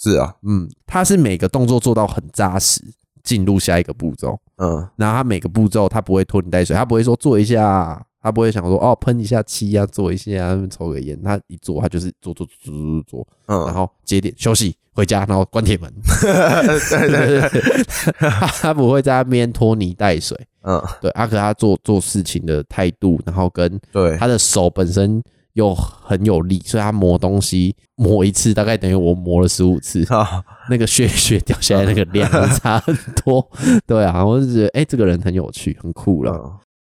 S2: 是啊，
S1: 嗯，他是每个动作做到很扎实，进入下一个步骤。
S2: 嗯，
S1: 然后他每个步骤他不会拖泥带水，他不会说做一下，他不会想说哦喷一下漆呀、做一下抽个烟，他一做他就是做做做做做做，
S2: 嗯
S1: 然后接点休息回家，然后关铁门。
S2: 对 对对，
S1: 他他不会在那边拖泥带水。
S2: 嗯，
S1: 对，阿、可他做做事情的态度，然后跟
S2: 对，
S1: 他的手本身又很有力，所以他磨东西磨一次大概等于我磨了十五次，
S2: 啊，
S1: 那个屑屑掉下来那个量差很多。对啊，我就觉得哎、这个人很有趣，很酷了，
S2: 嗯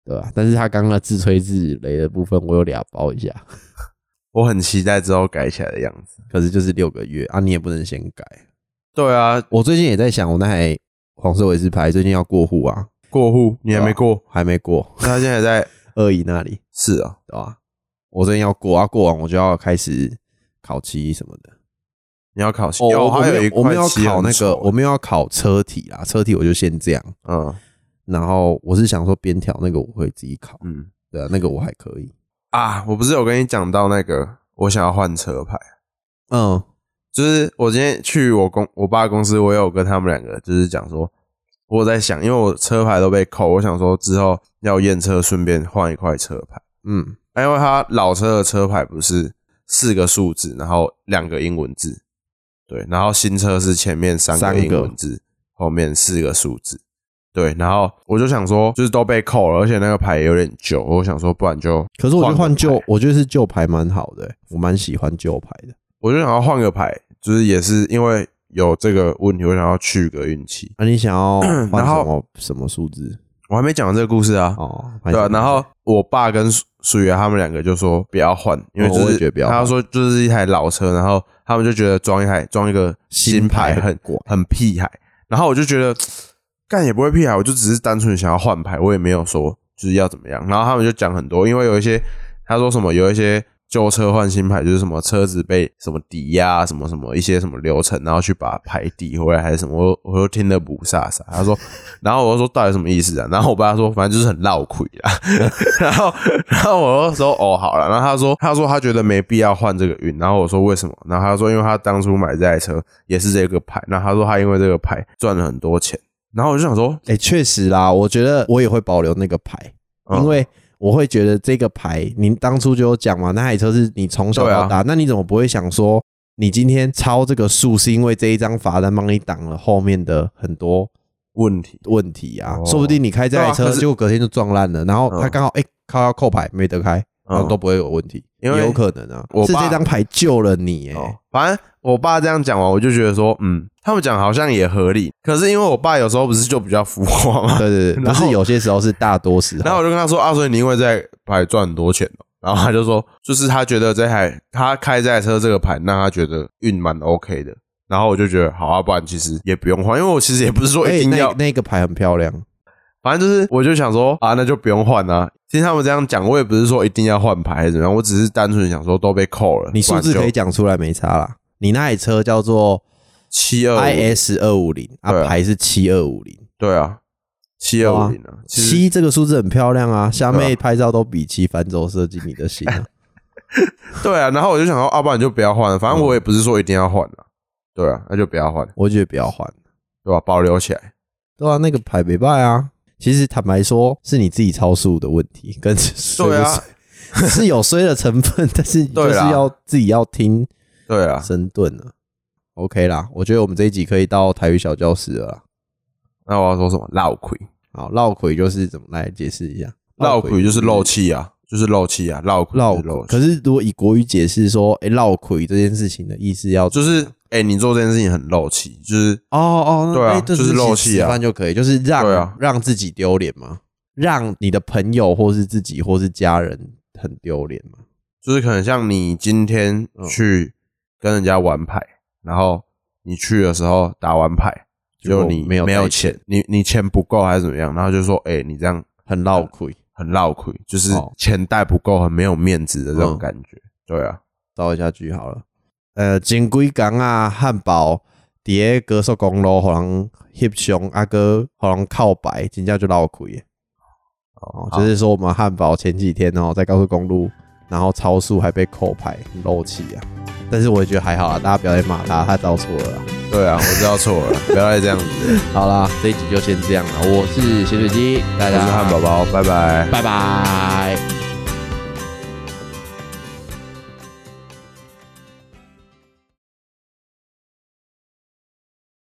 S1: 对吧、但是他刚刚的自吹自擂的部分，我有俩包一下，
S2: 我很期待之后改起来的样子。
S1: 可是就是六个月啊，你也不能先改。
S2: 对啊，
S1: 我最近也在想，我那台黄色维斯牌最近要过户啊，
S2: 过户你还没 过，
S1: 还没过，
S2: 那他现在在
S1: 二姨那里。
S2: 是啊，
S1: 对吧？我最近要过啊，过完我就要开始烤漆什么的。
S2: 你要考试，
S1: 哦
S2: 有
S1: 我我
S2: 还
S1: 没
S2: 有一
S1: 我们
S2: 块
S1: 要
S2: 漆
S1: 考那
S2: 很
S1: 个，
S2: 丑
S1: 我们要考车体啦，车体我就先这样。
S2: 嗯
S1: 然后我是想说边条那个我会自己烤，
S2: 嗯
S1: 对啊，那个我还可以。
S2: 啊，我不是有跟你讲到那个，我想要换车牌，
S1: 嗯，
S2: 就是我今天去我公我爸公司，我有跟他们两个就是讲说，我有在想，因为我车牌都被扣，我想说之后要验车，顺便换一块车牌。
S1: 嗯，
S2: 啊因为他老车的车牌不是四个数字，然后两个英文字，对，然后新车是前面三
S1: 三
S2: 个
S1: 个
S2: 英文字，后面四个数字，对，然后我就想说，就是都被扣了，而且那个牌有点旧，我想说，不然就，
S1: 可是我觉得换
S2: 换
S1: 旧
S2: 个牌，
S1: 我觉得是旧牌蛮好的欸、我蛮喜欢旧牌的。
S2: 我就想要换个牌，就是也是因为有这个问题，我想要去个运气。
S1: 啊那、你想要换
S2: 然
S1: 什
S2: 后
S1: 么什么数字？
S2: 我还没讲完这个故事啊，
S1: 哦，
S2: 对啊，然后我爸跟苏苏宇他们两个就说不要换，因为
S1: 哦
S2: 就是、
S1: 我也觉得不要换
S2: 他说就是一台老车，然后他们就觉得装一台装一个
S1: 新牌
S2: 牌
S1: 很
S2: 很
S1: 怪
S2: 很屁孩，然后我就觉得干也不会屁孩，我就只是单纯想要换牌，我也没有说就是要怎么样。然后他们就讲很多，因为有一些他说什么有一些旧车换新牌，就是什么车子被什么抵押、啊什么什么一些什么流程，然后去把牌抵回来还是什么，我我就听得不飒飒。他说， 然后我就说到底什么意思啊？然后我爸说，反正就是很闹鬼啦。 然后然后我就说哦好了，然后他说他说他觉得没必要换这个运，然后我说为什么？然后他说因为他当初买这台车也是这个牌，然后他说他因为这个牌赚了很多钱，然后我就想说，
S1: 哎、确实啦，我觉得我也会保留那个牌，
S2: 嗯
S1: 因为我会觉得这个牌，您当初就有讲嘛，那台车是你从小
S2: 啊
S1: 到大，那你怎么不会想说，你今天超这个数是因为这一张罚单帮你挡了后面的很多
S2: 问题
S1: 问题啊？
S2: 哦
S1: 说不定你开这台
S2: 对啊
S1: 车，
S2: 可是
S1: 结果隔天就撞烂了，然后他
S2: 嗯
S1: 刚好哎、靠要扣牌没得开，然后
S2: 嗯
S1: 都不会有问题，
S2: 因为
S1: 有可能啊，
S2: 我
S1: 是
S2: 爸
S1: 这张牌救了你哎、
S2: 哦，反正我爸这样讲完，我就觉得说，嗯，他们讲好像也合理。可是因为我爸有时候不是就比较浮夸嘛，
S1: 对对对，不
S2: 然后
S1: 是有些时候是大多时
S2: 然
S1: 候，
S2: 后我就跟他说啊，所以你因为在牌赚很多钱哦、然后他就说，就是他觉得这台他开这台车这个牌，让他觉得运蛮 OK 的。然后我就觉得好啊，不然其实也不用换，因为我其实也不是说
S1: 哎、
S2: 一定要，
S1: 那那个牌很漂亮，
S2: 反正就是我就想说啊，那就不用换啊。听他们这样讲，我也不是说一定要换牌还是怎么样，我只是单纯想说都被扣了，
S1: 你数字可以讲出来没差啦。你那台车叫做
S2: 七二
S1: IS 二五零啊
S2: 对，啊
S1: 牌是七二五零，
S2: 对啊，七二五零啊，其实
S1: 七这个数字很漂亮啊，虾
S2: 对
S1: 妹拍照都比七翻轴设计你的心 啊，
S2: 对啊，然后我就想说，要、不然你就不要换了，反正
S1: 嗯
S2: 我也不是说一定要换了、对啊，那就不要换，
S1: 我觉得不要换，
S2: 对吧、保留起来。
S1: 对啊，那个牌没败啊。其实坦白说，是你自己超速的问题，跟睡不
S2: 对啊
S1: 睡， 是有衰的成分，但是你就是
S2: 对啦
S1: 要自己要听
S2: 对啊，
S1: 深顿了。OK 啦，我觉得我们这一集可以到台语小教室了啦。
S2: 那我要说什么？绕亏，
S1: 好，绕腿就是怎么来解释一下？
S2: 绕亏就是漏
S1: 漏
S2: 气啊，就是漏气啊，绕
S1: 嗯
S2: 亏
S1: 绕
S2: 就是漏
S1: 腿。
S2: 气
S1: 可是如果以国语解释说，哎、绕腿这件事情的意思要
S2: 就是哎、欸你做这件事情很漏气，就是
S1: 哦哦，
S2: 对啊
S1: 哎
S2: 就是漏气啊
S1: 吃饭就可以，就是让、
S2: 对啊
S1: 让自己丢脸嘛，让你的朋友或是自己或是家人很丢脸嘛。
S2: 就是可能像你今天
S1: 嗯
S2: 去跟人家玩牌，然后你去的时候打完牌，
S1: 结果
S2: 就你
S1: 没有
S2: 没有
S1: 带
S2: 钱
S1: 钱，
S2: 你你钱不够还是怎么样，然后就说哎、欸你这样
S1: 很绕亏，
S2: 很绕亏，就是
S1: 哦
S2: 钱带不够，很没有面子的这种
S1: 嗯
S2: 感觉。对啊，
S1: 造一下句好了。呃，前几港啊，汉堡伫个高速公路，互人翕相，啊哥互人靠白，真正就闹亏耶。哦，就是说我们汉堡前几天哦，在高速公路，然后超速还被扣牌，很漏气啊。但是我也觉得还好啊，大家不要再骂他，他招错了啦。
S2: 对啊，我知道错了，不要再这样子 了。
S1: 好啦，这一集就先这样了。我是咸水鸡，大
S2: 我
S1: 家
S2: 是汉堡，包，拜拜。
S1: 拜拜。